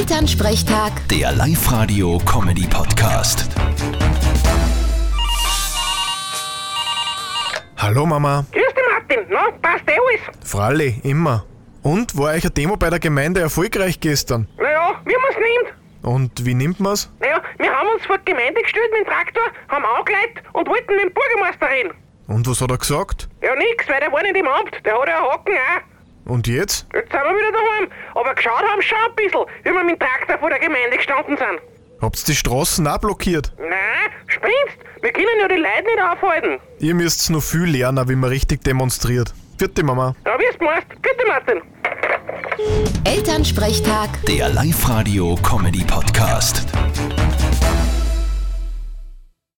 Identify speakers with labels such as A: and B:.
A: Elternsprechtag,
B: Der Live-Radio-Comedy-Podcast.
C: Hallo Mama,
D: Grüß dich, Martin. Na, passt eh alles?
C: Fralli, immer. Und war euch eine Demo bei der Gemeinde erfolgreich gestern?
D: Naja, wie man's nimmt.
C: Und wie nimmt man's?
D: Naja, wir haben uns vor die Gemeinde gestellt mit dem Traktor, haben angeleitet und wollten mit dem Bürgermeister reden.
C: Und was hat er gesagt?
D: Ja, nix, weil der war nicht im Amt. Der hat ja einen Haken auch.
C: Und jetzt?
D: Jetzt sind wir wieder daheim. Aber geschaut haben schon ein bisschen, wie wir mit dem Traktor vor der Gemeinde gestanden sind.
C: Habt's die Straßen auch blockiert?
D: Nein, spinnst? Wir können ja die Leute nicht aufhalten.
C: Ihr müsst's noch viel lernen, wie man richtig demonstriert. Vierte Mama.
D: Ja, wie du meinst. Bitte, Martin.
A: Elternsprechtag.
B: Der Live-Radio-Comedy-Podcast.